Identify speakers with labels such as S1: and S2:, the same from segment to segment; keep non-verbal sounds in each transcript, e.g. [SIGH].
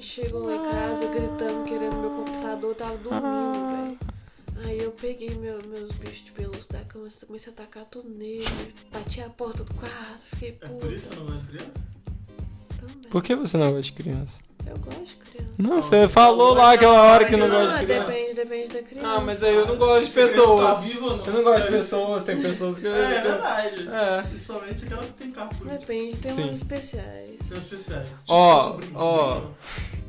S1: chegam lá em casa gritando, querendo meu computador, eu tava
S2: Ah.
S1: dormindo, velho. Aí eu peguei meu- meus bichos de pelúcia da cama, comecei a atacar tudo nele, bati a porta do quarto, fiquei
S3: É por isso que
S1: puta.
S3: eu não gosto de criança?
S1: Também.
S2: Por que você não gosta de criança?
S1: Eu gosto de criança.
S2: Não, você falou lá aquela hora que não
S1: Não,
S2: gosta de criança.
S1: depende, depende da criança.
S2: Ah, mas aí eu não gosto de pessoas.
S3: tá Vivo, ou não?
S2: Eu não gosto de
S3: É,
S2: pessoas, tem pessoas que eu.
S3: É, é verdade.
S2: É.
S3: Principalmente aquelas que tem carro político.
S1: Depende, tem umas
S2: Sim.
S1: especiais.
S3: Tem os especiais. Tipo,
S2: Ó,
S3: é sobrinho,
S2: ó.
S3: sobrinho,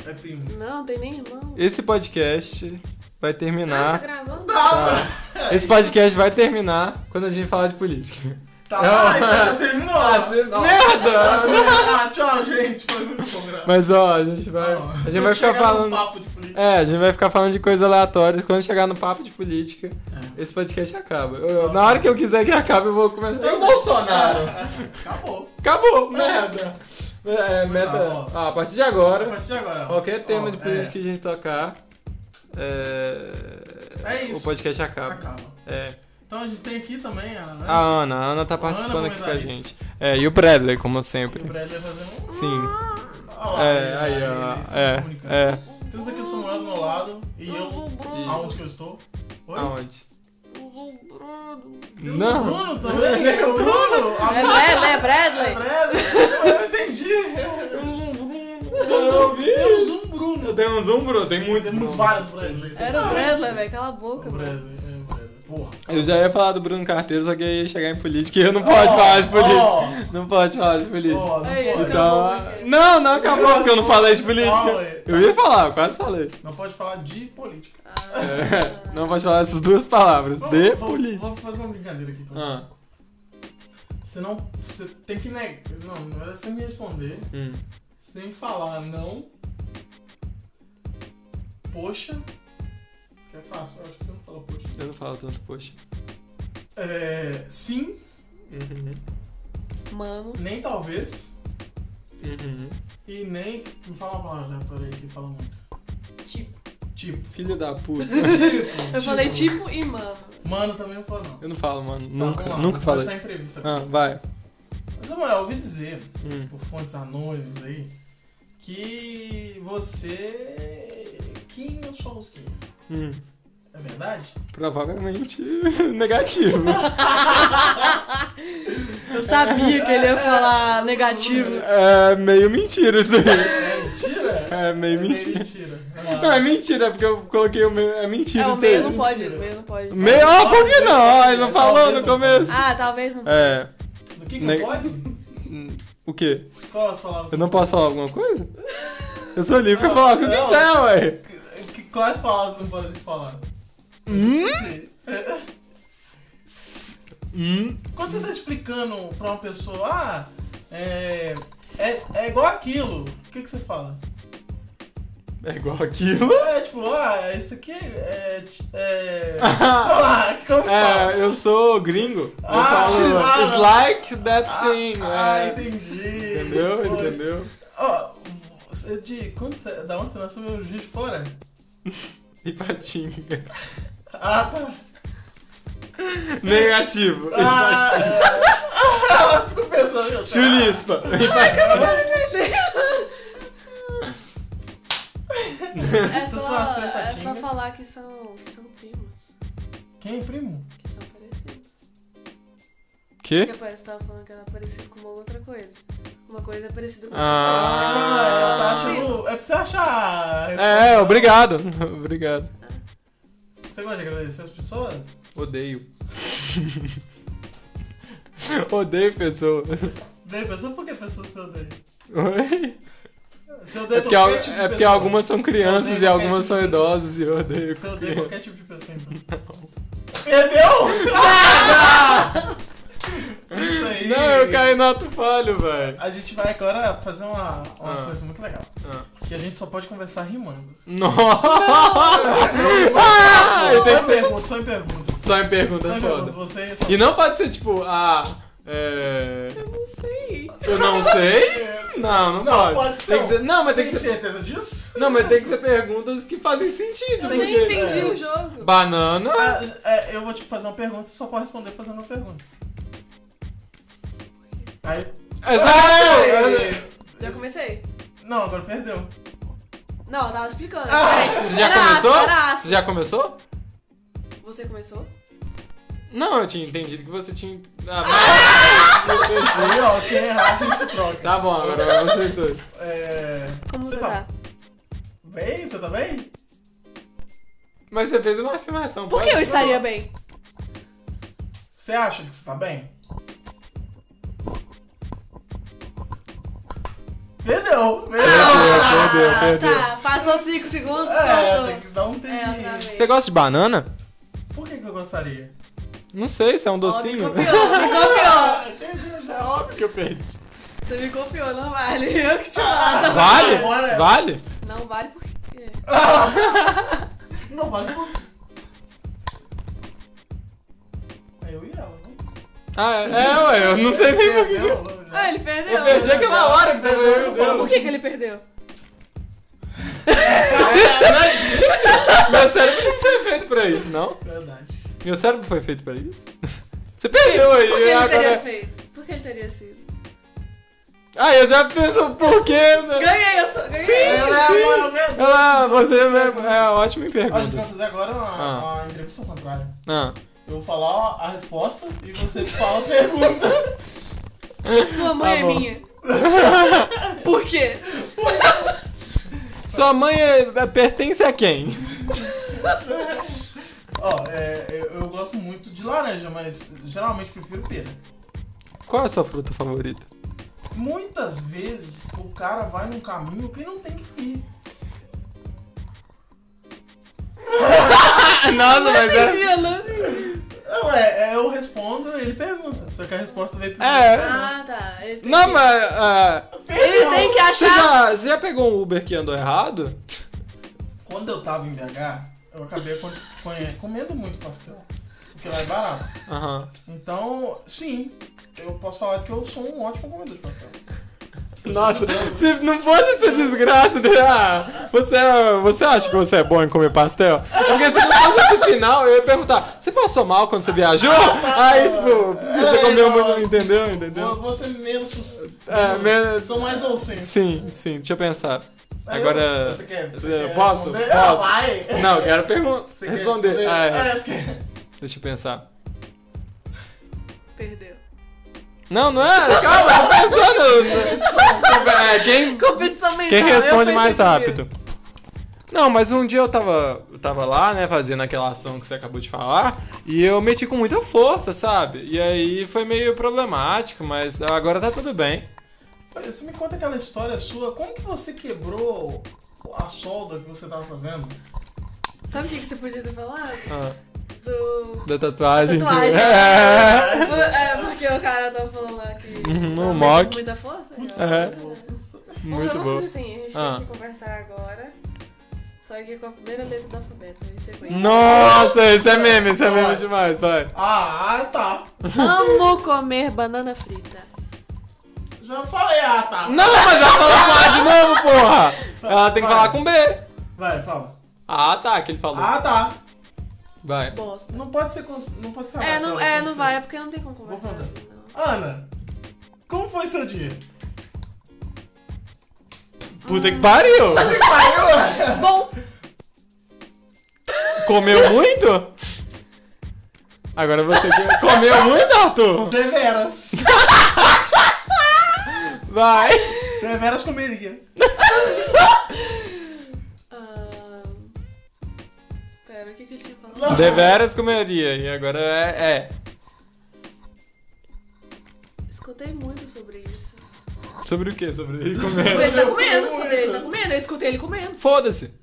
S3: É primo.
S1: Não, tem nem irmão.
S2: Esse podcast vai
S1: Ah, tá
S2: terminar.
S1: gravando?
S2: tá? Esse podcast vai terminar quando a gente falar de política.
S3: Tá,
S2: É, ó.
S3: ah, então já terminou.
S2: Ah, você-
S3: Não.
S2: Merda!
S3: Ah, tchau, gente. Foi muito bom gravar.
S2: Mas ó, a gente vai.
S3: Não,
S2: A gente
S3: quando
S2: vai ficar
S3: chegar num
S2: falando.
S3: papo de política.
S2: É, a gente vai ficar falando de coisas aleatórias. Quando chegar no papo de política,
S3: É.
S2: esse podcast acaba. Eu- eu- na hora que eu quiser que acabe, eu vou começar. Tem o Bolsonaro!
S3: Acabou.
S2: Acabou! Merda! É,
S3: Tá,
S2: meta.
S3: ó.
S2: Ah, a partir de
S3: A
S2: agora,
S3: partir de agora. ó.
S2: qualquer tema
S3: Ó, é.
S2: de política que a gente tocar. É,
S3: É isso.
S2: O podcast acaba.
S3: Acaba.
S2: É.
S3: Então a gente tem aqui também a.
S2: A Ana, a Ana tá
S3: Ana
S2: participando aqui com a
S3: comentarista.
S2: gente. É, e o Bradley, como
S3: O
S2: sempre.
S3: Bradley vai fazer um.
S2: Sim.
S3: Olha lá,
S2: É,
S3: ele,
S2: aí,
S3: ele
S2: ó.
S3: se comunicando.
S2: É, é.
S3: Temos aqui o Samuel do meu lado e eu.
S2: E-
S3: Aonde que eu estou? Oi? um
S2: Aonde?
S1: Deslumbrado.
S2: [LAUGHS]
S3: O
S2: Não!
S3: Bruno também? O Bruno? A
S1: É
S3: Brad-
S1: Bradley, é Bradley.
S3: Bradley? Eu entendi.
S2: Eu vi!
S3: Temos um Bruno.
S2: Temos um, Bruno, tem muitos.
S3: Temos vários Bradleys.
S1: Era o Bradley, velho. Cala a boca,
S3: O
S1: mano.
S3: Bradley. é, o Bradley. Porra.
S2: Eu já ia falar do Bruno Carteiro, só que eu ia chegar em política e eu não pode falar de política. Não pode falar de política.
S3: Ó, não
S1: É isso.
S3: pode-
S2: Então.
S1: acabou, porque-
S2: Não, não acabou, porque eu não falei de
S3: Não,
S2: política.
S3: é.
S2: Eu ia falar, eu quase falei.
S3: Não pode falar de política.
S2: É, Não pode falar essas duas palavras. De
S3: Vamos-
S2: política.
S3: Vamos fazer uma brincadeira aqui. com você.
S2: Ah,
S3: Você não. Você tem que negar. Não, não era você me responder.
S2: hum.
S3: Você tem que falar não. Poxa. Que é fácil, eu acho que você não falou poxa.
S2: Eu não falo tanto, poxa.
S3: É. Sim,
S2: Uhum.
S1: Mano.
S3: nem talvez.
S2: Uhum.
S3: E nem. Me fala uma palavra aleatória aí que fala muito.
S1: Tipo.
S2: [LAUGHS]
S3: Tipo.
S2: Filho da puta.
S3: tipo
S1: Eu falei tipo e mano.
S3: Mano, também não falo não.
S2: Eu não falo, mano.
S3: Tá,
S2: Nunca,
S3: vamos lá,
S2: nunca
S3: vamos
S2: falei.
S3: começar a entrevista.
S2: Ah, vai.
S3: Mas, Samuel, eu ouvi dizer,
S2: Hum.
S3: por fontes anônimas aí, que você queima os churrasquinhos.
S2: Hum.
S3: É verdade?
S2: Provavelmente [LAUGHS] negativo.
S1: Eu sabia que ele
S2: [LAUGHS]
S1: ia falar negativo.
S2: é meio mentira isso daí.
S3: É mentira?
S2: [LAUGHS] É meio
S3: mentira.
S2: mentira.
S3: Ah,
S2: Não, é mentira, porque eu coloquei o meio. É
S1: É,
S2: mentira
S1: o
S2: isso
S1: meio
S2: daí.
S1: não pode, o meio não pode.
S2: Meio. Ah, por que não? Ah, Ele não falou
S3: Talvez
S2: no
S3: não
S2: começo.
S1: Ah, talvez não.
S2: É.
S3: Do que que
S2: Ne-
S3: não pode?
S2: hum, O quê?
S3: Qual as palavras?
S2: Eu não posso falar alguma coisa? Eu sou livre pra
S3: Não,
S2: falar o que eu
S3: não.
S2: quiser, ué.
S3: Que- Quais palavras não podem se falar?
S2: Hum?
S3: Esqueci. É.
S2: Hum?
S3: Quando você tá explicando pra uma pessoa, ah, é, é, é igual aquilo, o que, que você fala?
S2: É igual aquilo? [LAUGHS]
S3: É, tipo, ah, isso aqui é. [LAUGHS] é... ah, como fala?
S2: É, eu sou gringo. Eu
S3: Ah, sim,
S2: falo.
S3: ah,
S2: It's
S3: não.
S2: like that thing.
S3: Ah,
S2: é.
S3: entendi.
S2: Entendeu?
S3: Poxa.
S2: Entendeu?
S3: Ó, você de. Quando você, da onde você nasceu meu juiz de fora?
S2: Ipatinga.
S3: Ah,
S2: [LAUGHS]
S3: tá.
S2: Negativo.
S3: Ah, é. [LAUGHS] Ela ficou pensando. tá. eu-
S2: Chulispa.
S1: [LAUGHS] É
S3: Vocês são
S1: só,
S3: assim,
S2: tá
S1: é só
S3: Patinga?
S1: falar que são, que são primos.
S3: Quem é primo?
S1: Que são parecidos.
S2: Quê?
S1: Porque parece que tava falando que era parecido com uma outra coisa. Uma coisa é parecida com
S2: Ah.
S3: Ela
S1: outra. coisa.
S3: tá achando. É pra você achar.
S2: É, obrigado. Obrigado.
S3: Você gosta de agradecer as pessoas?
S2: Odeio. [LAUGHS] Odeio pessoas.
S3: Dei pessoa? Por que pessoas você odeia?
S2: Oi?
S3: Você odeia
S2: É porque,
S3: qualquer
S2: al-
S3: tipo de
S2: é porque
S3: pessoa.
S2: algumas são crianças
S3: odeia
S2: e
S3: qualquer
S2: algumas
S3: tipo
S2: são
S3: de pessoa.
S2: idosos e eu odeio.
S3: Você odeia
S2: criança.
S3: qualquer tipo de pessoa, então? Perdeu? Isso aí.
S2: Não, eu caí no ato falho, velho.
S3: A gente vai agora fazer uma, uma
S2: Ah.
S3: coisa muito legal.
S2: Ah.
S3: Que a gente só pode conversar rimando.
S2: Nossa! Ah, eu
S3: só,
S2: tenho que
S3: em
S2: ser-
S3: pergunta, só em pergunta.
S2: Só em
S3: Só
S2: perguntas
S3: em pergunta.
S2: foda.
S3: Você só...
S2: E não pode ser tipo, ah, é.
S1: Eu não sei.
S2: Eu não sei? Não, não,
S3: Não, pode
S2: Tem que
S3: ser.
S2: ser- Não, mas tem
S3: Tem
S2: que ser.
S3: certeza disso?
S2: Não, mas tem que ser perguntas que fazem sentido.
S1: Eu nem
S2: porque-
S1: entendi
S2: é.
S1: o jogo.
S2: Banana?
S3: Ah, é, eu vou te fazer uma pergunta, você só pode responder fazendo uma pergunta. Aí.
S2: Exato!
S3: Aí- Ah,
S1: Já comecei?
S3: Não, agora perdeu.
S1: Não, eu tava explicando.
S3: Ah,
S1: Peraí,
S2: Você já
S1: era
S2: começou?
S1: aspas, era aspas.
S2: Você já começou?
S1: Você começou?
S2: Não, eu tinha entendido que você tinha. Ah,
S3: Aí, ó, quem errar, a gente se troca.
S2: [LAUGHS] Tá bom, agora vocês dois.
S3: É...
S1: Como você,
S3: tá
S1: tá?
S3: bem? Você tá bem?
S2: Mas você fez uma afirmação.
S1: Por
S2: pode?
S1: que eu estaria bem?
S3: Você acha que você tá bem? Perdeu, perdeu.
S2: Perdeu, perdeu,
S1: Ah,
S2: perdeu.
S1: Tá, passou 5 segundos,
S3: É, tem
S1: contou.
S3: que dar um
S1: É, outra
S3: tempinho.
S1: vez.
S2: Você gosta de banana?
S3: Por que que eu gostaria?
S2: Não sei, se é um
S1: Ó, me
S2: docinho. [LAUGHS]
S1: confiou, me confiou.
S3: Ah, perdeu
S2: É
S3: já.
S2: óbvio que eu perdi.
S1: Você me confiou, não vale. [LAUGHS] Eu que te
S2: Ah.
S1: falo.
S2: Vale?
S3: Agora-
S2: Vale?
S1: Não vale por quê?
S3: Não, vale por... É eu e ela, é não?
S2: Ah, é, é, ué, eu não sei nem por quê.
S3: Perdeu, já.
S1: Ah, ele perdeu.
S2: Eu perdi aquela hora que você meu
S1: Por
S2: Deus.
S1: que, que ele perdeu?
S2: Meu cérebro não foi feito pra isso, não?
S3: Verdade.
S2: Meu cérebro foi feito pra isso? [LAUGHS] Você perdeu
S1: Por
S2: aí,
S1: que ele teria
S2: agora. é-
S1: feito? Por que ele teria sido?
S2: Ah, eu já penso por quê? né?
S1: Ganhei, eu sou. Ganhei.
S3: Ela é
S2: sim.
S3: agora mesmo.
S2: Ah, você é, é ótimo em
S3: Ó, A gente vai
S2: perguntas.
S3: fazer agora uma,
S2: Ah.
S3: uma entrevista ao contrário.
S2: Ah.
S3: Eu vou falar a resposta e você fala a pergunta.
S1: Sua mãe
S2: Tá
S1: é
S2: bom. [LAUGHS]
S1: minha. Por quê?
S2: Sua mãe é- pertence a quem?
S3: Ó, é, eu, eu gosto muito de laranja, mas geralmente prefiro pera.
S2: Qual é a sua fruta [LAUGHS] favorita?
S3: Muitas vezes o cara vai num caminho que não tem que ir.
S2: Nossa,
S1: Não
S2: mas
S1: entendi,
S2: é.
S1: eu não entendi.
S3: Não, é, é, eu respondo e ele pergunta. Só que a resposta veio
S2: É.
S1: Ah, tá. Ele tem,
S2: Não,
S1: que...
S2: mas. ah,
S1: Ele tem que
S2: você,
S1: achar.
S2: já, você já pegou um Uber que andou errado?
S3: Quando eu tava em BH, eu acabei con- conhe- comendo muito pastel. Porque lá é barato.
S2: Aham.
S3: Então, sim, eu posso falar que eu sou um ótimo comedor de pastel.
S2: Nossa, se não fosse essa desgraça, de, ah, você, é- você acha que você é bom em comer pastel? Porque se não fosse esse final, eu ia perguntar, você passou mal quando você viajou? Aí, tipo, porque você
S3: É,
S2: comeu
S3: nossa.
S2: muito, entendeu? Entendeu?
S3: Você menos. sus-
S2: É, menos-
S3: Sou mais docente.
S2: Sim, sim, deixa eu pensar.
S3: Aí
S2: Agora.
S3: eu- Você quer? Você
S2: eu
S3: quer
S2: posso?
S3: responder? Ah,
S2: Posso?
S3: vai!
S2: Não, eu quero perguntar.
S3: Você quer
S2: Responder. Ah, é.
S3: É, você quer.
S2: Deixa eu pensar.
S1: Perdeu.
S2: Não, não é? Calma, eu tô pensando. É, quem
S1: Competição mental.
S3: Ah,
S2: Quem
S1: eu
S2: responde
S1: pensei
S2: mais
S1: que eu-
S2: rápido? Não, mas um dia eu tava, eu tava lá, né, fazendo aquela ação que você acabou de falar, e eu meti com muita força, sabe? E aí foi meio problemático, mas agora tá tudo bem.
S3: Olha, Você me conta aquela história sua, como que você quebrou a solda que você tava fazendo?
S1: Sabe o que que você podia ter falado?
S2: Ah,
S1: Do.
S2: da tatuagem. que-
S1: Tatuagem.
S2: [LAUGHS] É.
S1: Por- É, porque o cara tá falando lá que.
S2: Uhum,
S1: tá
S2: o mock.
S1: com Muita força? né?
S3: Putz,
S1: cara.
S2: É. Muito
S1: Vamos
S2: bom.
S1: fazer assim, a gente
S2: Ah.
S1: tem que conversar agora. Só que com a primeira letra do alfabeto. Em sequência.
S2: Nossa, isso é meme, isso é meme demais, vai.
S3: Ah, tá.
S1: Amo comer banana frita.
S3: Já falei, ah, tá.
S2: Não, mas ela falou falar de novo, porra! Ela tem que
S3: Vai.
S2: falar com B.
S3: Vai, fala.
S2: Ah, tá, que ele falou.
S3: Ah, tá.
S2: Vai.
S1: Bosta.
S3: Não pode ser. cons- Não pode ser.
S1: É,
S3: abaixo,
S1: não,
S3: tem
S1: é,
S3: que
S1: não
S3: ser-
S1: vai, é porque não tem como conversar
S3: contar.
S1: assim, não.
S3: Ana, como foi seu dia?
S2: Puta que pariu!
S3: Pariu!
S1: Bom,
S2: Comeu muito? Agora você que- comeu muito, Arthur?
S3: Deveras.
S2: Vai!
S3: Deveras comeria.
S1: ahn, pera, o que que eu tinha falado?
S3: Não.
S2: Deveras comeria, e agora é. é.
S1: Escutei muito sobre isso.
S2: Sobre o que? Sobre ele
S1: Sobre
S2: comer?
S1: ele tá comendo, sobre ele tá comendo. Eu escutei ele comendo.
S2: Foda-se!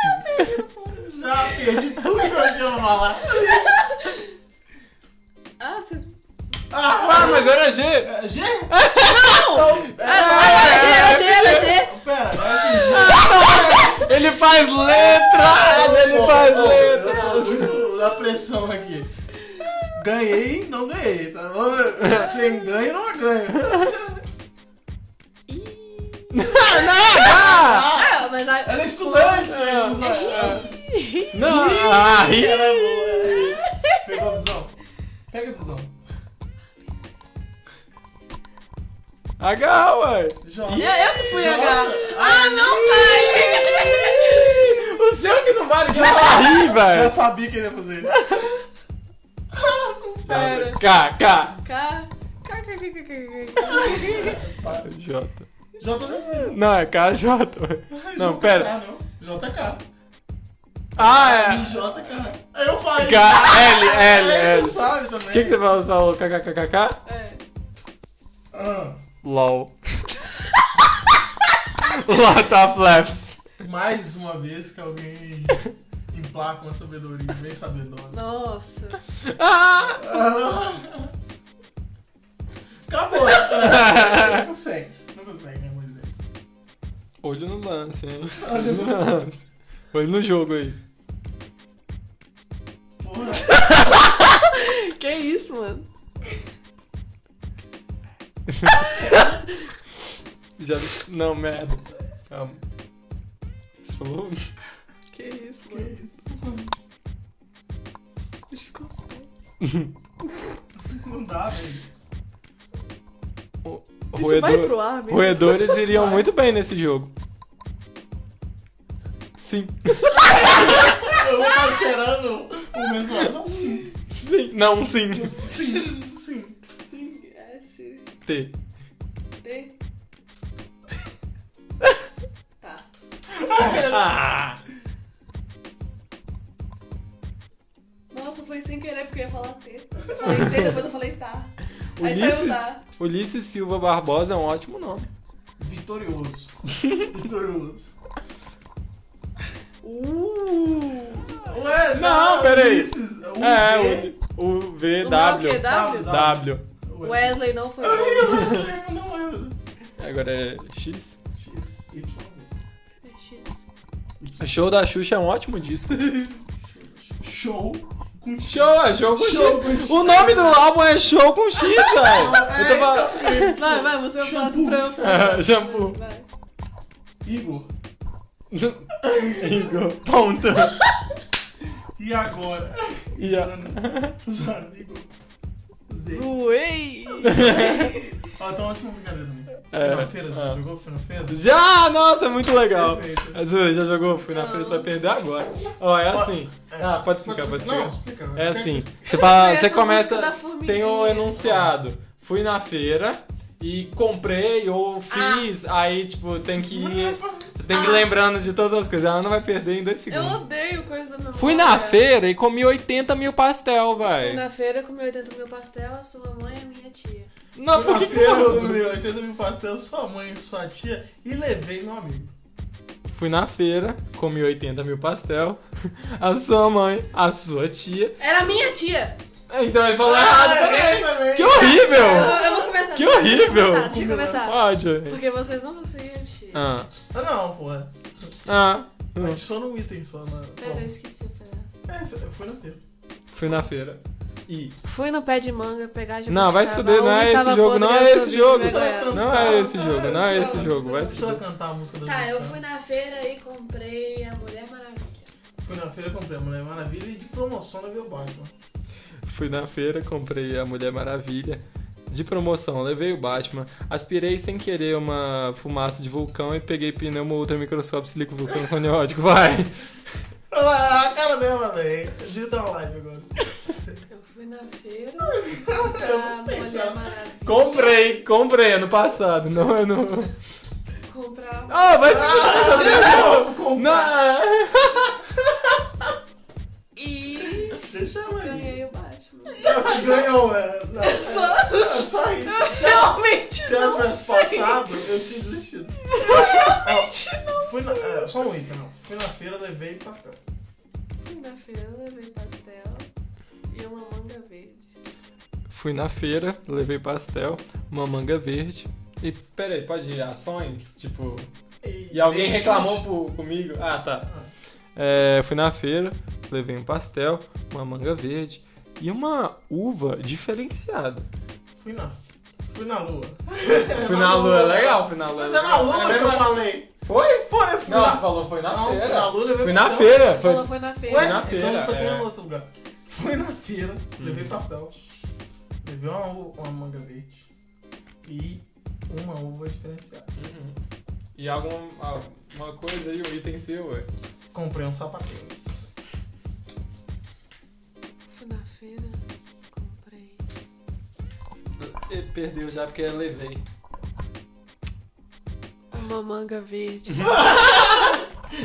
S3: Já perdi tudo que eu tinha pra falar.
S1: Ah, você...
S2: Ah,
S3: Ah,
S2: mas era G!
S1: [LAUGHS]
S3: mas... G? Não!
S1: Ah.
S2: É.
S1: Era G, era G.
S3: Pera, é
S2: Ele faz
S3: que
S2: letra!
S3: G.
S2: Ele faz
S3: Ô, ô,
S2: letra!
S3: Eu tô muito na pressão aqui. Ganhei, não ganhei, tá bom? Sem ganho, não ganho.
S2: Não!
S1: Ah, mas... a-
S3: Ela é estudante! é. não sabe.
S1: Ih,
S2: Não! Não! Ah,
S1: [LAUGHS]
S2: ri.
S3: Ela é boa. Pegou a visão. Pega a visão.
S2: H, ué.
S3: Joga.
S1: E é eu que fui
S3: Joga.
S1: agarrar. Ah, não, pai!
S2: O seu que não vale já ri,
S3: Já
S2: velho.
S3: sabia que ele ia fazer.
S1: Pera.
S2: K, K.
S1: K. K, K, K, K, K, K.
S2: J.
S3: J tá já foi.
S2: Não, é K, J. ué. Não, pera.
S3: JK.
S2: Ah,
S3: É.
S2: é.
S3: JK. Aí eu falei.
S2: K, L, L,
S3: Aí
S2: L.
S3: tu sabe também.
S2: O que, que você falou? Você falou KKKKK?
S1: É.
S3: Ah,
S2: LOL. Lota Flaps.
S3: mais uma vez que [LAUGHS] alguém emplaca uma sabedoria bem sabedosa.
S1: Nossa.
S2: Ah!
S3: Ah. [LAUGHS] Acabou. não consegue. Não consegue, né, meu amor de Deus.
S2: Olho no lance, hein? Olho no lance. Olho no jogo aí.
S3: [LAUGHS] Porra.
S1: Que isso, mano?
S2: Já. Não, merda. Calma. Você falou? um
S1: Que isso,
S3: Que
S1: mano?
S3: isso?
S1: Deixa eu conseguir.
S3: Não dá, velho.
S2: O-
S1: Isso vai pro ar mesmo?
S2: Roedores iriam muito bem nesse jogo. Sim.
S3: Eu vou estar cheirando o mesmo lado. Não, sim.
S2: Sim. Não, sim.
S3: Sim. Sim.
S1: Sim, S,
S2: T.
S1: T. Tá.
S2: Ah!
S1: Nossa, foi sem querer, porque eu ia falar T. Eu falei T, depois eu falei tá. Aí saiu
S2: Ulisses,
S1: tá.
S2: Ulisses Silva Barbosa é um ótimo nome.
S3: Vitorioso. Vitorioso.
S1: Uh!
S3: [LAUGHS] Ué,
S2: Não, peraí.
S3: Ulisses, o
S2: É,
S3: quê?
S2: o, o
S1: O nome é
S2: VW.
S1: W?
S3: W.
S2: W.
S3: Ué.
S1: Wesley não foi.
S3: Eu [LAUGHS] não lembro, não lembro.
S2: Agora é X.
S3: X, Y, Z.
S1: É X.
S2: Show da Xuxa é um ótimo disco. [LAUGHS]
S3: [LAUGHS] Show com X.
S2: Show, é show com
S3: Show
S2: X.
S3: com X.
S2: O nome do álbum é Show com
S3: [LAUGHS]
S2: X, velho.
S3: É,
S2: Eu tô falando.
S3: isso que eu falei.
S1: Vai, vai, você é o próximo pra eu
S2: É, [LAUGHS] shampoo.
S1: Vai.
S3: Igor,
S2: Igor, [LAUGHS]
S3: [LAUGHS]
S2: ponta.
S3: e agora?
S2: E a-
S3: Zoando, Igor. Z.
S1: Zoei!
S3: Ó,
S2: tá
S3: tem uma ótima brincadeira também.
S2: É.
S3: Feira-feira, você
S2: Ah.
S3: jogou feira-feira?
S2: Já! Nossa, muito legal.
S3: Perfeito.
S2: Mas Você já jogou? Fui na
S1: Não.
S2: feira, você vai perder agora. Ó, é assim. Ah, pode explicar, pode
S3: Não,
S2: explicar.
S3: explica.
S2: É assim. Você,
S1: Eu
S2: fala,
S1: conheço a
S2: você
S1: música da
S2: começa.
S1: formiguinha.
S2: Tem o enunciado. Fui na feira e comprei ou fiz. Aí, tipo, tem que ir.
S3: é-
S2: Você tem que ir
S1: Ah.
S2: lembrando de todas as coisas. Ela não vai perder em dois
S1: Eu
S2: segundos.
S1: odeio coisa da minha
S2: Fui na feira e comi 80 mil pastel,
S1: Fui
S2: velho.
S1: na feira, comi 80 mil pastel, a sua mãe e a minha tia.
S2: Não, Ah, por que, que você falou?
S3: meu, 80 mil pastel, sua mãe, sua tia e levei meu amigo.
S2: Fui na feira, comi 80 mil pastel. [LAUGHS] A sua mãe, a sua tia.
S1: Era minha tia!
S2: Então ele falou errado também.
S3: Ah, também.
S2: Que
S1: Eu,
S2: horrível!
S1: eu vou começar. deixa
S2: Que
S1: eu
S2: horrível.
S1: começar, Deixa eu começar.
S2: Pode.
S1: Porque vocês não vão conseguir repetir.
S2: Ah.
S3: Ah, não, porra.
S2: Ah.
S3: Adiciona um item só na.
S2: É
S1: Pera, eu esqueci o pedaço.
S3: É, isso- eu fui na feira.
S2: Fui na feira. E.
S1: Fui no pé de manga pegar de
S2: Não, vai se fuder, não é esse jogo, não é esse jogo.
S1: né,
S2: Não é esse jogo, não é esse jogo. Vai se
S3: Deixa eu
S2: fuder.
S3: cantar a música da
S1: Tá,
S3: Disney.
S1: eu fui na feira e comprei a Mulher Maravilha.
S3: Fui na feira, comprei a Mulher Maravilha e de promoção levei o Batman.
S2: Fui na feira, comprei a Mulher Maravilha. De promoção, levei o Batman, aspirei sem querer uma fumaça de vulcão e peguei pneu ultra microscópio silico vulcão coniótico, vai!
S3: Olha lá, a cara dela, velho. Digita uma live agora.
S1: Eu fui na feira
S3: Eu
S1: comprar
S3: não
S1: a Tá,
S3: sei,
S1: Mulher
S2: então.
S3: sabe?
S1: Maravilha.
S2: Comprei, comprei ano passado, não ano.
S1: Comprar.
S2: Ah, vai se
S3: Ah,
S2: fuder!
S3: não, vou comprar.
S2: Não!
S1: E
S3: Deixa ela aí.
S1: ganhei o Batman.
S3: Ganhou, velho. Não, é- é Só isso.
S1: Realmente
S3: Se ela
S1: não
S3: tivesse
S1: sei.
S3: passado, eu tinha desistido. Fui na, é, só um item, não. Fui na feira, levei pastel.
S1: Fui na feira, levei pastel e uma manga verde.
S2: Fui na feira, levei pastel, uma manga verde. E peraí, pode ir ações? Tipo. E alguém reclamou por- comigo? Ah, tá. É, fui na feira, levei um pastel, uma manga verde e uma uva diferenciada.
S3: Fui na, fui na lua.
S2: Fui na lua, legal, fui na lua.
S3: Mas é na lua que eu
S2: mesmo-
S3: falei.
S2: Foi?
S3: Foi, fui
S2: Não,
S3: na
S2: você falou foi na
S3: Não, fui
S2: feira.
S3: na lua, levei
S2: Fui na
S3: pastel.
S2: feira. Foi...
S1: Falou foi na feira.
S3: Ué,
S2: na
S3: então
S2: feira,
S3: eu tô
S2: é. Hum.
S3: querendo outro lugar. Fui na feira, levei pastel, levei uma, uma manga verde e Uma uva diferenciada.
S2: Uhum. E alguma uma coisa aí, um item seu, ué.
S3: Comprei um sapatênis.
S1: Fui na feira, comprei.
S2: E perdeu já porque eu levei.
S1: Uma manga verde.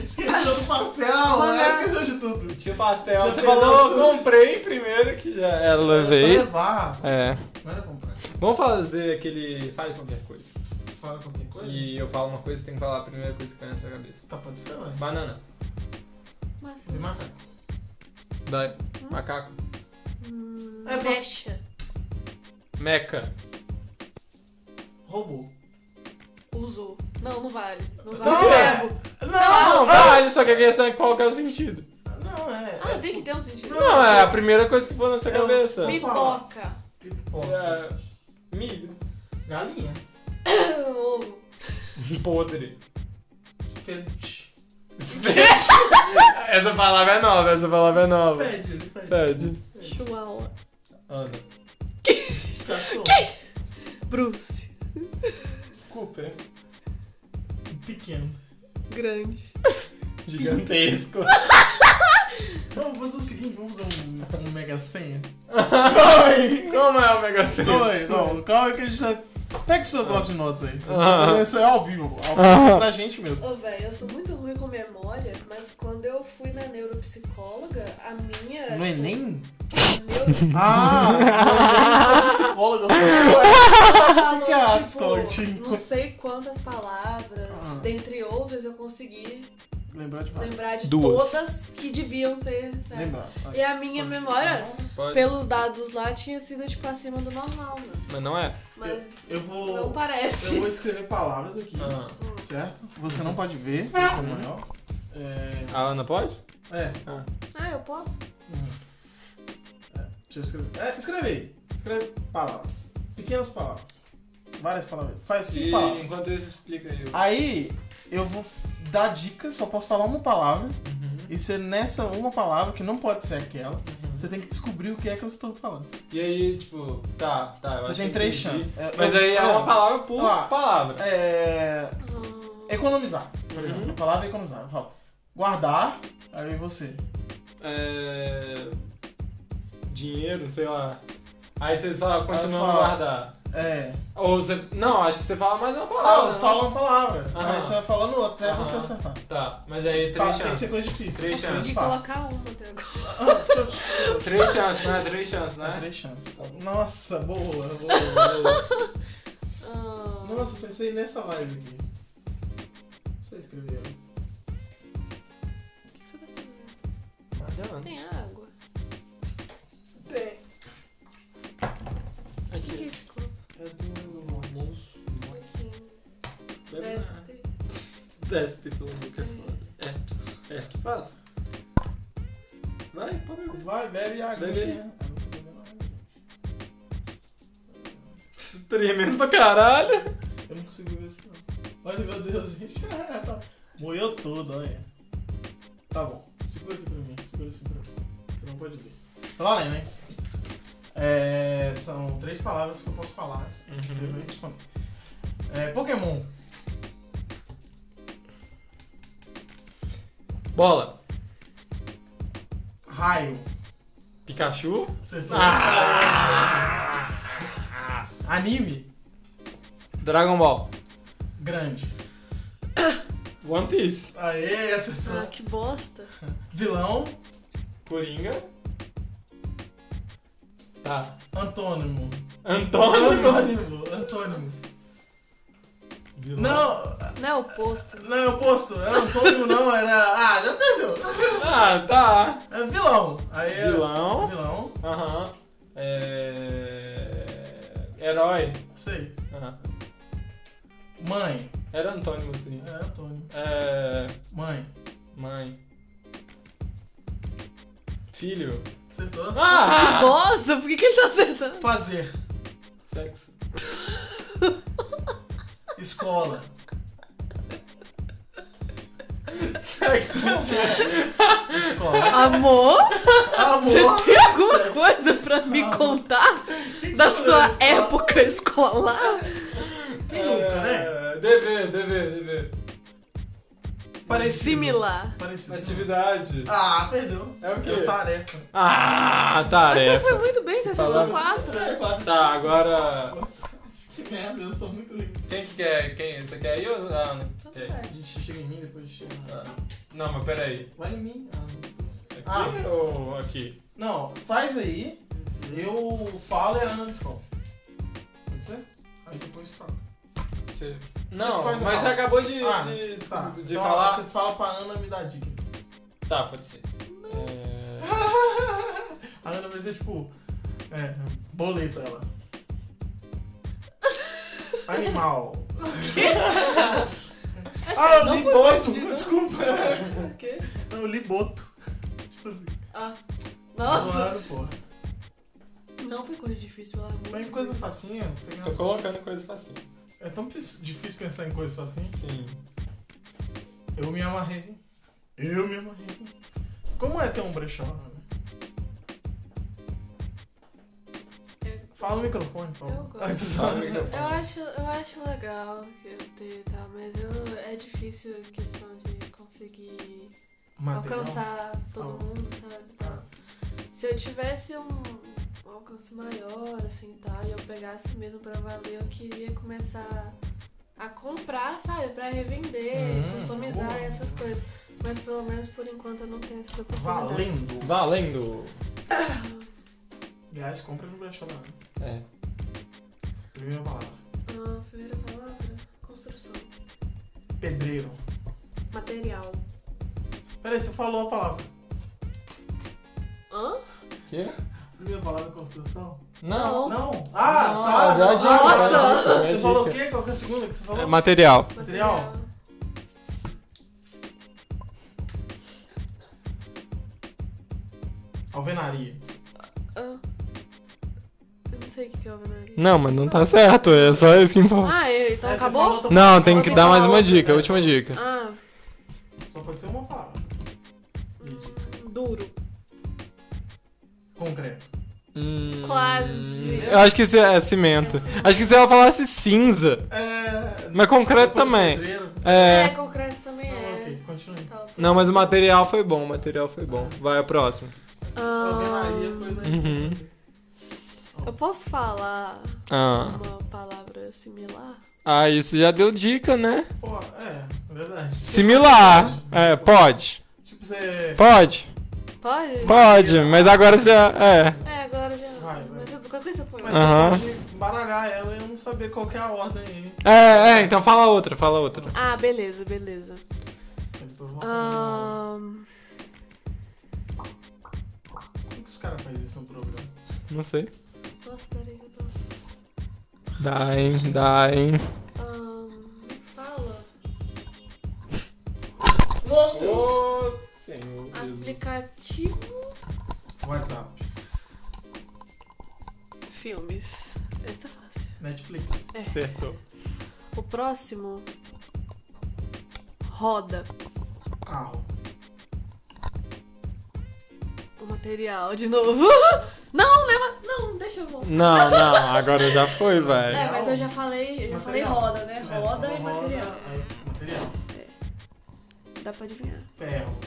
S3: Esqueceu do [LAUGHS] pastel,
S1: Manga.
S3: né? Esqueceu de tudo.
S2: Tinha pastel.
S3: Já
S2: Você
S3: perdeu
S2: falou,
S3: tudo.
S2: comprei primeiro que já era
S3: Pra
S2: É, levei.
S3: levar.
S2: É.
S3: Não era comprar.
S2: Vamos fazer aquele. Fale qualquer coisa.
S3: Fala qualquer coisa.
S2: E eu falo uma coisa e tem que falar a primeira coisa que cai na sua cabeça.
S3: Tá, pode ser, vai.
S2: Banana.
S1: Mas.
S3: De macaco.
S2: Dani. Macaco.
S1: Hum,
S3: É pra-
S1: mecha.
S2: Meca.
S3: Robô.
S1: Usou. Não, não vale. Não vale.
S3: Não,
S1: Verbo.
S3: é. Não!
S2: Não, vale, só que a questão é qual que é o sentido.
S3: Não, é.
S1: Ah, tem que ter um sentido.
S2: Não, é a primeira coisa que for na sua
S3: É o-
S2: cabeça.
S3: Me-
S1: Pipoca.
S3: Pipoca.
S2: É, milho.
S3: Galinha.
S1: Ovo.
S2: [LAUGHS] Podre.
S3: Fede.
S2: Essa palavra é nova, essa palavra é nova.
S3: Fede, ele fede.
S2: Fede.
S1: Chihuahua.
S2: Ana.
S3: Cachorro.
S1: Bruce.
S2: Cooper.
S3: Pequeno.
S1: Grande.
S2: [LAUGHS] Gigantesco.
S3: Então, vamos fazer o seguinte, vamos fazer um, um mega senha.
S2: Como é o Mega Sena?
S3: Calma aí, não, calma aí que a gente vai... Pega o seu bloco de notas aí.
S2: Ah.
S3: Isso é ao vivo, ao
S2: Ah.
S3: vivo pra gente mesmo.
S1: Ô, velho, eu sou muito ruim com memória, mas quando eu fui na neuropsicóloga, a minha. tipo,
S3: No Enem?
S1: a neuropsicóloga
S3: Ah, no Enem, Ah, psicóloga.
S1: falou,
S3: [LAUGHS] Que é a
S1: tipo,
S3: psicóloga, tipo?
S1: não sei quantas palavras,
S3: Ah.
S1: dentre outras, eu consegui
S3: Lembrar de mais.
S1: lembrar de
S2: Duas.
S1: todas que deviam ser, sabe?
S3: Lembrar.
S1: E a minha memória,
S2: Pode.
S1: pelos dados lá, tinha sido, tipo, acima do normal, né?
S2: Mas não é?
S1: Mas
S3: Eu
S1: não
S3: vou... Eu
S1: parece.
S3: vou escrever palavras aqui,
S2: Ah.
S3: certo? Você não pode ver, você é maior. É...
S2: A Ana pode?
S3: É.
S1: Ah, eu posso?
S3: É, Deixa eu escrever. É, escreve aí. Escreve palavras. Pequenas palavras. Várias palavras. Faz cinco palavras.
S2: enquanto isso, explica aí.
S3: Aí eu vou dar dicas, só posso falar uma palavra.
S2: Uhum.
S3: E se nessa uma palavra, que não pode ser aquela, você tem que descobrir o que é que eu estou falando.
S2: E aí, tipo, tá, tá. eu
S3: Você
S2: acho
S3: tem
S2: que
S3: três
S2: entendi.
S3: chances. É,
S2: Mas
S3: eu-
S2: aí é
S3: é.
S2: uma palavra por
S3: Ó.
S2: palavra.
S3: É.
S1: Ah,
S3: Economizar. Por
S2: Uhum.
S3: exemplo, a palavra é economizar. Eu falo guardar, aí você.
S2: É... Dinheiro, sei lá. Aí você só continua
S3: fala.
S2: a guardar.
S3: É.
S2: Ou você. Não, acho que você fala mais uma palavra.
S3: Ah,
S2: né?
S3: fala uma palavra.
S2: Aham.
S3: Aí você vai falando outra, até
S2: Aham.
S3: você acertar.
S2: Tá, mas aí três
S3: Fala, Tem que ser
S2: Ah. chances.
S3: coisa difícil.
S2: Três
S1: só
S3: tem que
S1: consegui
S3: ser [LAUGHS] fácil.
S1: colocar uma até agora.
S2: Três chances, né? Três chances,
S3: Dá
S2: [LAUGHS] né?
S3: Três chances.
S2: Tá bom.
S3: Nossa, boa,
S2: [LAUGHS]
S3: boa, boa.
S1: Ah,
S3: Nossa, pensei nessa vibe aqui. Não sei escrever. ela.
S1: O que que você tá fazendo?
S2: Mariana.
S1: Tem água?
S3: Tem.
S1: O que que é esse copo?
S3: É do almoço.
S1: Parece que tem-
S2: Desce pelo boca é foda. É, é, que passa. Vai, pode beber.
S3: Vai, bebe água.
S2: Bebe.
S3: né? Ah, não tô bebendo água.
S2: Tremendo pra caralho.
S3: Eu não consigo ver isso não. Olha, meu Deus, [LAUGHS] gente. Tá- Moeu tudo, olha. Tá bom. Segura aqui pra mim. Segura assim pra mim. Você não pode ver. Tá valendo, né? É, são três palavras que eu posso falar.
S2: Uhum.
S3: Você vai responder. É, Pokémon.
S2: Bola.
S3: Raio.
S2: Pikachu.
S3: Acertou.
S2: Ah!
S3: Anime.
S2: Dragon Ball.
S3: Grande.
S2: One Piece.
S3: Aê, acertou.
S1: Ah, que bosta.
S3: Vilão.
S2: Coringa. Tá.
S3: Antônimo.
S2: Antônio.
S3: Antônimo. Antônimo.
S2: Vilão.
S3: Não,
S1: Não é oposto.
S3: não, eu posto. Era Antônimo, não. Era... Ah, já perdeu.
S2: Ah, tá.
S3: É vilão. Aí é-
S2: Vilão.
S3: Vilão.
S2: Aham. É... Herói.
S3: Sei.
S2: Aham.
S3: Mãe.
S2: Era antônimo, sim.
S3: É Antônimo.
S2: É...
S3: Mãe.
S2: Mãe. Filho.
S3: Acertou?
S1: Que
S2: Ah!
S1: bosta? Por que, que ele tá
S3: [LAUGHS]
S1: acertando?
S3: Fazer.
S2: Sexo.
S3: Escola.
S2: Sexo. É,
S3: Escola.
S1: Amor?
S3: Amor. Ah.
S1: Tem alguma coisa pra me
S3: Amor. é
S1: contar da sua época escolar?
S3: Quem
S2: né? Dever, dever, dever.
S3: Parecido.
S1: Similar.
S3: Parecido.
S2: Atividade.
S3: Ah, perdeu.
S2: É o quê?
S3: Eu tarefa.
S2: Ah,
S1: Mas você
S2: tarefa.
S1: foi muito bem, você acertou
S2: Falava-
S1: quatro.
S3: É, quase.
S2: Tá, agora.
S3: Nossa, [LAUGHS] que merda, eu sou muito lindo.
S2: Quem que quer? Quem? Você quer ir ou a Ana?
S1: Tanto
S2: Quer ir?
S1: [LAUGHS] faz.
S3: A gente chega em mim, depois chega.
S2: Ah, Não, mas peraí.
S3: Vai em mim. Ah, não, depois.
S2: Aqui
S3: Ah.
S2: ou aqui?
S3: Não, faz aí. Eu falo e a Ana descobre. Pode ser? Aí depois fala.
S2: Você- Não,
S3: faz
S2: mas
S3: a-
S2: você acabou de,
S3: Ah,
S2: de,
S3: tá.
S2: de
S3: Então,
S2: falar.
S3: Você fala pra Ana me
S1: [LAUGHS]
S3: dá dica.
S2: Tá, pode ser. É,
S3: A Ana vai ser tipo. É, boleto ela. Animal. ah, eu
S1: não
S3: li
S1: foi
S3: boto!
S1: mais de- um.
S3: Desculpa!
S1: [LAUGHS] O quê?
S3: Não, eu li boto. Tipo assim.
S1: Ah. Nossa.
S3: Claro, porra.
S1: Não foi coisa difícil, pelo amor de
S3: Mas em
S1: Deus.
S3: coisa facinha,
S2: Tô
S3: tem razão.
S2: colocando coisa assim.
S3: É tão pis- difícil pensar em coisa facinha.
S2: Sim.
S3: Eu me amarrei. Eu me amarrei. Como é ter um brechó, Ana? Fala no microfone, por
S1: Eu
S3: favor. [LAUGHS]
S1: gosto.
S3: Ah, você sabe.
S1: Eu acho, eu acho legal que eu ter, tá? Mas eu, é difícil a questão de conseguir
S3: Material.
S1: alcançar todo
S3: Ah.
S1: mundo, sabe?
S3: Ah,
S1: Tá? Se eu tivesse um, um alcance maior, assim, tá? E eu pegasse mesmo pra valer, eu queria começar a comprar, sabe? Pra revender,
S3: Hum,
S1: customizar
S3: boa.
S1: essas coisas. Mas pelo menos por enquanto eu não tenho essa oportunidade.
S3: Valendo.
S2: Valendo!
S3: Aliás, compra no brechó, Ana.
S2: É.
S3: Primeira palavra.
S1: Ah, primeira palavra, construção.
S3: Pedreiro.
S1: Material.
S3: Peraí, você falou a palavra.
S1: Hã?
S2: Quê?
S3: Primeira palavra construção?
S1: Não.
S3: Não.
S2: Não,
S3: Ah, tá.
S2: dá
S3: não,
S2: dica,
S3: ah,
S1: dá
S3: tá.
S2: dica, dá
S3: Você falou o
S2: dica.
S3: quê? Qual que é a segunda que você falou?
S2: É, material.
S3: Material. Alvenaria.
S1: Ah, eu não sei o que que é alvenaria.
S2: Não, mas não tá certo, é só isso que importa.
S1: Ah, é, então
S3: Aí você falou
S1: acabou?
S3: outra
S2: Não,
S3: palavra.
S2: tem que dar mais um. uma
S1: outra,
S2: dica,
S3: né?
S2: última dica.
S1: Ah,
S3: Só pode ser uma palavra.
S1: hum, duro.
S3: Concreto.
S2: Hum,
S1: Quase.
S2: Eu acho que isso é cimento.
S1: É cimento.
S2: Acho que se ela falasse cinza,
S3: É.
S2: mas concreto
S3: depois
S2: também.
S3: Pedreiro.
S1: É,
S2: É.
S1: concreto também
S3: né? Não,
S1: é.
S3: ok, continue.
S1: Tá, ok.
S2: Não, mas o material foi bom, o material foi bom. Vai, a próxima.
S1: Ah,
S3: Alvenaria, coisa.
S2: Uhum.
S1: eu posso falar
S2: Ah.
S1: uma palavra similar?
S2: ah, isso já deu dica, né?
S3: Pô, é, verdade.
S2: Similar. É, pode.
S3: Tipo, você.
S2: Pode.
S1: Pode?
S2: Pode, mas agora você. É.
S1: É, agora já.
S3: Vai, vai.
S1: Mas eu- qualquer coisa eu ponho.
S3: Mas
S2: Aham.
S3: você pode embaralhar ela e eu não saber qual que é a ordem aí.
S2: É, é, então fala outra, fala outra.
S1: Ah, beleza, beleza.
S3: Depois Tipo, eu volto.
S1: Ah. Ahn,
S3: Como que os caras fazem isso no programa?
S2: Não sei.
S1: Nossa, peraí que eu tô.
S2: Dá, hein? Dá, hein?
S1: Ahn, me Ah, fala.
S3: Nossa!
S2: Ô, Senhor
S1: Aplicativo.
S3: WhatsApp,
S1: Filmes. Esse tá fácil.
S3: Netflix,
S2: Acertou.
S1: O próximo. Roda.
S3: carro,
S1: O material de novo. [LAUGHS] Não, leva. Não, deixa eu voltar.
S2: Não, não, agora já foi,
S1: É,
S2: velho.
S1: mas eu já falei. Eu já falei
S3: Material.
S1: roda, né?
S3: É,
S1: Roda
S3: você
S1: e
S3: falou
S1: material.
S3: aí, material,
S1: Dá pra adivinhar.
S3: ferro,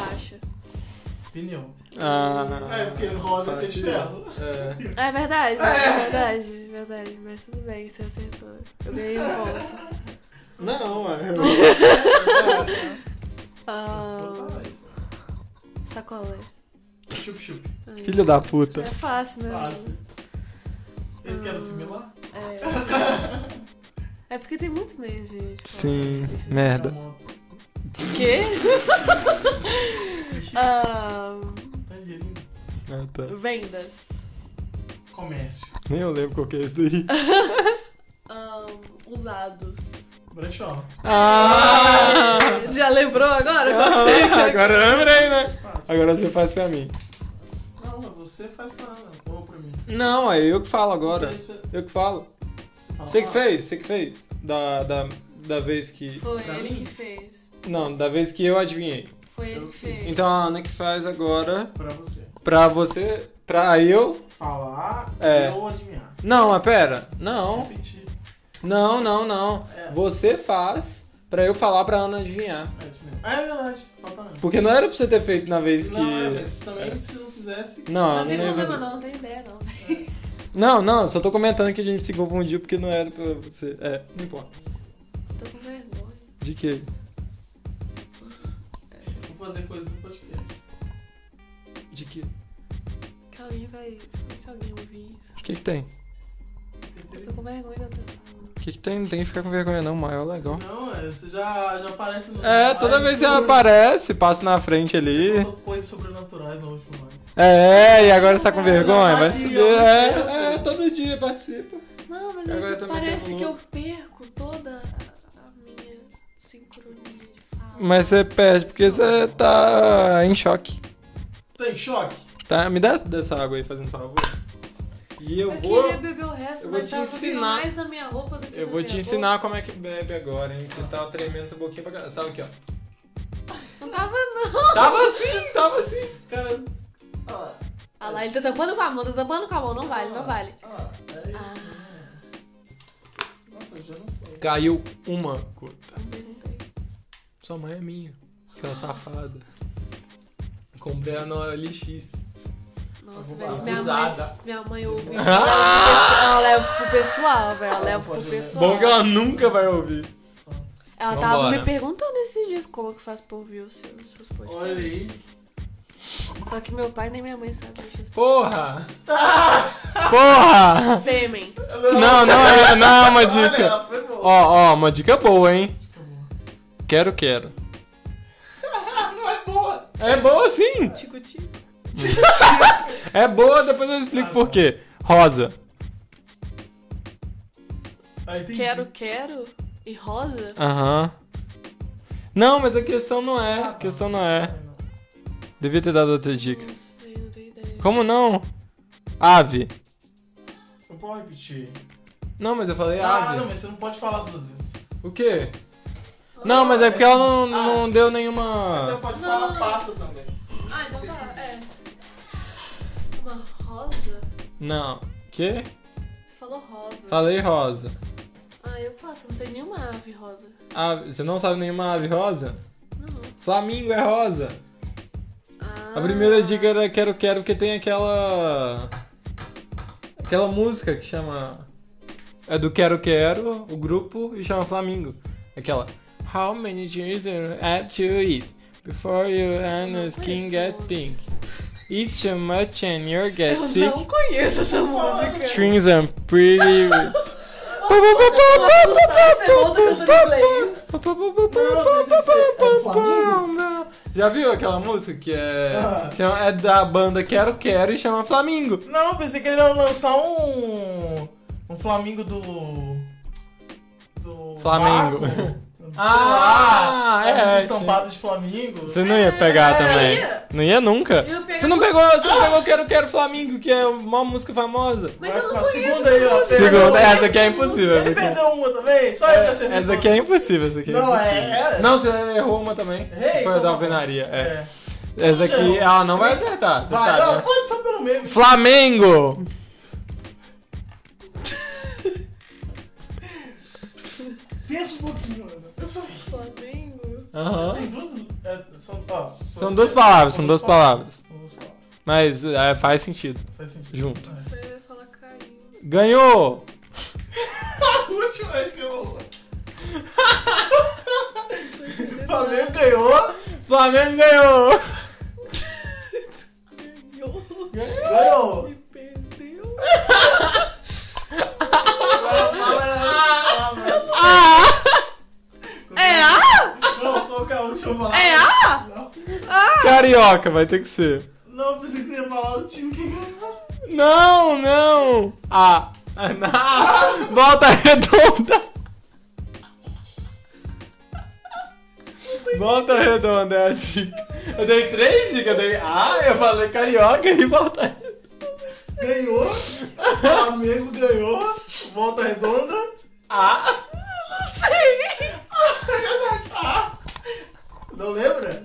S1: Relaxa.
S3: pneu.
S2: Ah,
S3: é, porque roda tem ferro.
S2: É.
S1: É verdade, é verdade, verdade. Mas tudo bem, você acertou. Eu ganhei um ponto.
S2: Não, é.
S3: Então
S1: Ah,
S3: tá, isso.
S1: sacolé.
S3: Chup chup.
S1: Aí.
S2: Filho da puta.
S1: É fácil, né?
S3: Fácil. Esse que era o similar?
S1: É. É porque tem muito meio de. de
S2: Sim,
S1: falar.
S2: merda.
S3: Moto,
S1: Quê? Ah,
S3: tangerina.
S2: Ah, tá.
S1: vendas.
S3: Comércio.
S2: Nem eu lembro qual que é esse daí.
S1: Ah, usados.
S3: Brechó.
S2: Ah!
S1: Já lembrou agora? Gostei.
S2: [LAUGHS] Ah, agora eu lembrei, né?
S3: é Fácil.
S2: Agora você faz pra mim.
S3: Não, você faz pra ou pra mim.
S2: Não, é eu que falo agora.
S3: Isso,
S2: Eu que falo.
S3: fala.
S2: Você que fez, você que fez. Da, da, da vez que.
S1: Foi
S3: Pra
S1: ele
S3: mim?
S1: que fez.
S2: Não, da vez que eu adivinhei.
S1: Foi ele
S3: Eu
S1: que
S3: fiz.
S1: fez.
S2: Então a Ana que faz agora.
S3: Pra você.
S2: Pra você. Pra eu.
S3: Falar
S2: É.
S3: ou adivinhar.
S2: Não, mas pera. Não.
S3: Repetir.
S2: Não, não, não.
S3: É.
S2: Você faz pra eu falar pra Ana adivinhar.
S3: É isso mesmo. Ah, é verdade. Falta mesmo.
S2: Porque não era pra você ter feito na vez que.
S3: Não, é, mas também se não fizesse.
S2: Não,
S1: não tem
S2: não,
S1: problema,
S2: não,
S1: não, não tem ideia, não.
S2: não, não, só tô comentando que a gente se confundiu porque não era pra você. É, não importa.
S1: Tô com vergonha.
S2: De quê?
S3: Vou fazer coisa do podcast.
S2: De quê?
S1: Que alguém vai. Se alguém ouvir isso.
S2: O que que tem?
S1: Eu tô com vergonha de eu ter-
S2: O que que tem? Não tem que ficar com vergonha não, mas é legal.
S3: Não, é, você já, já aparece no.
S2: É, toda vez que
S3: você
S2: ela aparece, passa na frente ali.
S3: Falou coisas sobrenaturais no último ano.
S2: É, e agora você tá com vergonha?
S3: Ah,
S2: Vai
S3: tá
S2: se
S3: aqui,
S2: fuder.
S3: ó.
S2: É, é, todo dia participa.
S1: Não, mas
S2: Agora eu
S1: eu,
S2: também
S1: parece
S2: tenho
S1: que eu perco toda a, a minha sincronia de fala.
S2: Mas você perde porque você tá em choque.
S3: Tá em choque?
S2: Tá? Me dá dessa água aí, fazendo favor. E eu
S1: Eu
S2: vou.
S1: queria beber o resto,
S2: eu vou
S1: mas
S2: te
S1: tava
S2: ensinar-
S1: mais na minha roupa do que na
S2: Eu vou
S1: minha
S2: te ensinar como é que bebe agora, hein? Porque você tava tremendo essa boquinha pra cá. Você tava aqui, ó.
S1: boca. Não tava, não.
S2: Tava assim, tava assim.
S3: Cara. Olha lá.
S1: Ah lá, ele tá tampando com a mão, tá tampando com a mão. Não vale, não vale.
S3: Olha lá. É isso. né? Nossa, eu já não sei.
S2: Caiu uma gota.
S1: Não perguntei.
S2: Sua mãe é minha. Aquela safada. Comprei a nova LX.
S1: Nossa,
S3: Alguma
S1: velho, se minha
S3: risada.
S1: mãe, se minha mãe ouvir
S2: [LAUGHS]
S1: isso,
S2: Ah!
S1: ela leva pro pessoal, velho. Ela
S3: Não
S1: leva pro
S3: pode, né?
S1: pessoal.
S2: Bom que ela nunca vai ouvir.
S1: Ela tava
S2: Vambora.
S1: me perguntando esses dias como é que faz pra ouvir os seus, seus podcasts.
S3: Olha aí. [LAUGHS]
S1: Só que meu pai nem minha mãe sabe mexer nos
S2: Porra! Porra!
S1: Sêmen.
S2: Ah! Não, não é, não é uma
S3: Olha,
S2: dica.
S3: ela foi boa.
S2: Ó, ó, uma dica boa, hein?
S3: Dica boa.
S2: Quero, quero.
S3: Ah, não é boa.
S2: É boa sim!
S1: Tico tico.
S2: É boa, depois eu explico por quê. Rosa.
S3: Ah, entendi.
S1: Quero, quero. E rosa?
S2: Aham. Não, mas a questão não é.
S3: Ah,
S2: A
S3: tá.
S2: questão não é.
S3: Ah, não.
S2: Devia ter dado outra dica.
S1: Não sei, não tenho ideia.
S2: Como não? Ave.
S3: Não pode repetir.
S2: Não, mas eu falei
S3: Ah,
S2: ave.
S3: não, mas você não pode falar duas vezes.
S2: O quê? Não, mas é porque ela não,
S3: Ah.
S2: não deu
S3: Você
S2: nenhuma.
S3: pode
S1: Não.
S3: falar passa também.
S1: Ah, então tá, é. Uma rosa?
S2: Não. O quê?
S1: Você falou rosa.
S2: Falei rosa.
S1: Ah, eu passo, não sei nenhuma ave rosa.
S2: Ave. Você não sabe nenhuma ave rosa?
S1: Não.
S2: Flamingo é rosa.
S1: Ah.
S2: A primeira dica era quero, quero, porque tem aquela. Aquela música que chama. É do Quero Quero, o grupo, e chama Flamingo. Aquela. How many years you have to eat before you and
S1: Não
S2: the skin
S1: conheço
S2: get
S1: essa
S2: thick? Eat too much and you get
S1: Ah, Eu
S2: sick.
S1: não conheço essa música.
S2: Strings are
S1: [LAUGHS]
S2: pretty.
S1: Você volta cantando inglês.
S3: É um
S2: Já viu aquela música que é.
S3: Ah.
S2: chama- É da banda Quero Quero e chama Flamingo.
S3: Não, pensei que ele ia lançar um. Um Flamengo do. Do.
S2: Flamengo.
S3: Marco.
S2: [LAUGHS]
S3: Sei
S2: Ah,
S3: lá,
S2: é,
S3: é.
S2: é,
S3: estampado de Flamengo.
S2: Você não ia pegar
S1: É,
S2: também.
S1: ia.
S2: Não ia nunca.
S1: Eu ia pegar
S2: Você não
S1: com- Ah.
S2: pegou, você não pegou Quero Quero Flamingo, que é uma música famosa.
S1: Mas eu não
S3: Vai pra
S1: conheço
S3: segunda aí, ó.
S1: música.
S3: Segunda,
S1: Eu não
S2: Segunda, essa
S1: conheço
S2: aqui é
S1: essa
S2: impossível. Essa
S3: Ele
S2: aqui é,
S3: perdeu uma também? Só eu que acertei.
S2: essa aqui é
S3: todas.
S2: impossível. Essa aqui é
S3: Não, é-
S2: impossível.
S3: é-
S2: Não, você errou uma também.
S3: Errei,
S2: Foi a da
S3: então.
S2: alvenaria. É.
S3: É.
S2: Essa aqui,
S3: Errou.
S2: ela não vai acertar, você
S3: Vai,
S2: sabe.
S3: não,
S2: né?
S3: pode só pelo meme.
S2: Flamengo!
S3: Pensa um pouquinho, mano. Pensa um pouquinho.
S1: Flamengo.
S2: Aham.
S3: Tem duas. é, são, ó, são,
S2: duas palavras, são duas
S3: São duas palavras.
S2: Mas é, faz sentido.
S3: Faz sentido.
S2: Junto.
S3: É. [LAUGHS]
S1: Você ia falar carinho.
S2: Ganhou!
S3: A última vez que eu. O Flamengo ganhou.
S2: Flamengo ganhou!
S1: Ganhou.
S3: Ganhou.
S1: Me perdeu.
S2: Ah!
S1: É a?
S3: Não, qual que é a última palavra?
S1: É a?
S3: Não,
S2: Carioca, vai ter que ser.
S3: não, pensei que você ia falar o time que ganhou.
S2: Não, não! Ah! ah, não. Volta redonda! Volta redonda é a dica. Eu dei três dicas, eu dei. Ah, eu falei carioca e volta redonda.
S3: Ganhou. Flamengo ganhou. Volta redonda.
S2: Ah!
S1: Não sei.
S3: É verdade. Ah, não lembra?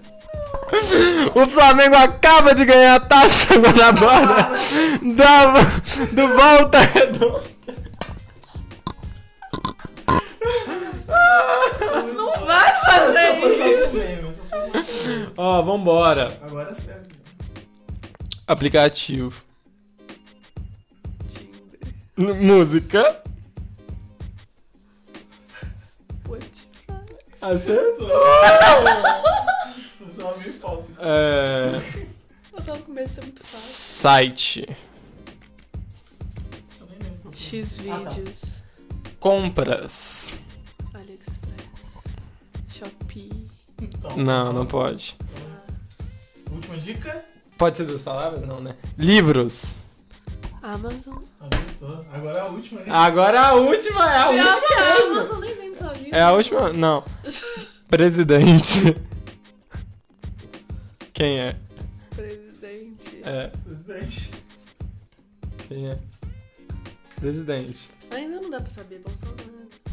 S2: O Flamengo acaba de ganhar a taça Guanabara da, do Volta Redonda.
S3: Não
S1: Vai fazer isso!
S2: Ó, vambora.
S3: Agora é sério.
S2: Aplicativo. N- Música. Acertou.
S3: Você é uma meio falsa.
S2: É...
S1: Eu tava com medo de ser muito fácil.
S2: Site.
S3: Eu nem lembro. o que eu fiz.
S1: X
S3: Ah,
S1: vídeos.
S2: Compras.
S1: AliExpress. Shopee.
S3: Então,
S2: Não, não pode.
S3: Última dica?
S2: Pode ser duas palavras? Não, né? Livros.
S1: Amazon.
S3: Acertou. Agora é a última, né?
S2: Agora a última é a
S1: Pior que a
S2: última. mesmo.
S1: Amazon nem vende só livro.
S2: É a última? Não. Presidente. Quem é?
S1: Presidente.
S2: É.
S3: Presidente.
S2: Quem é? Presidente.
S1: Ainda não dá pra saber, Bolsonaro.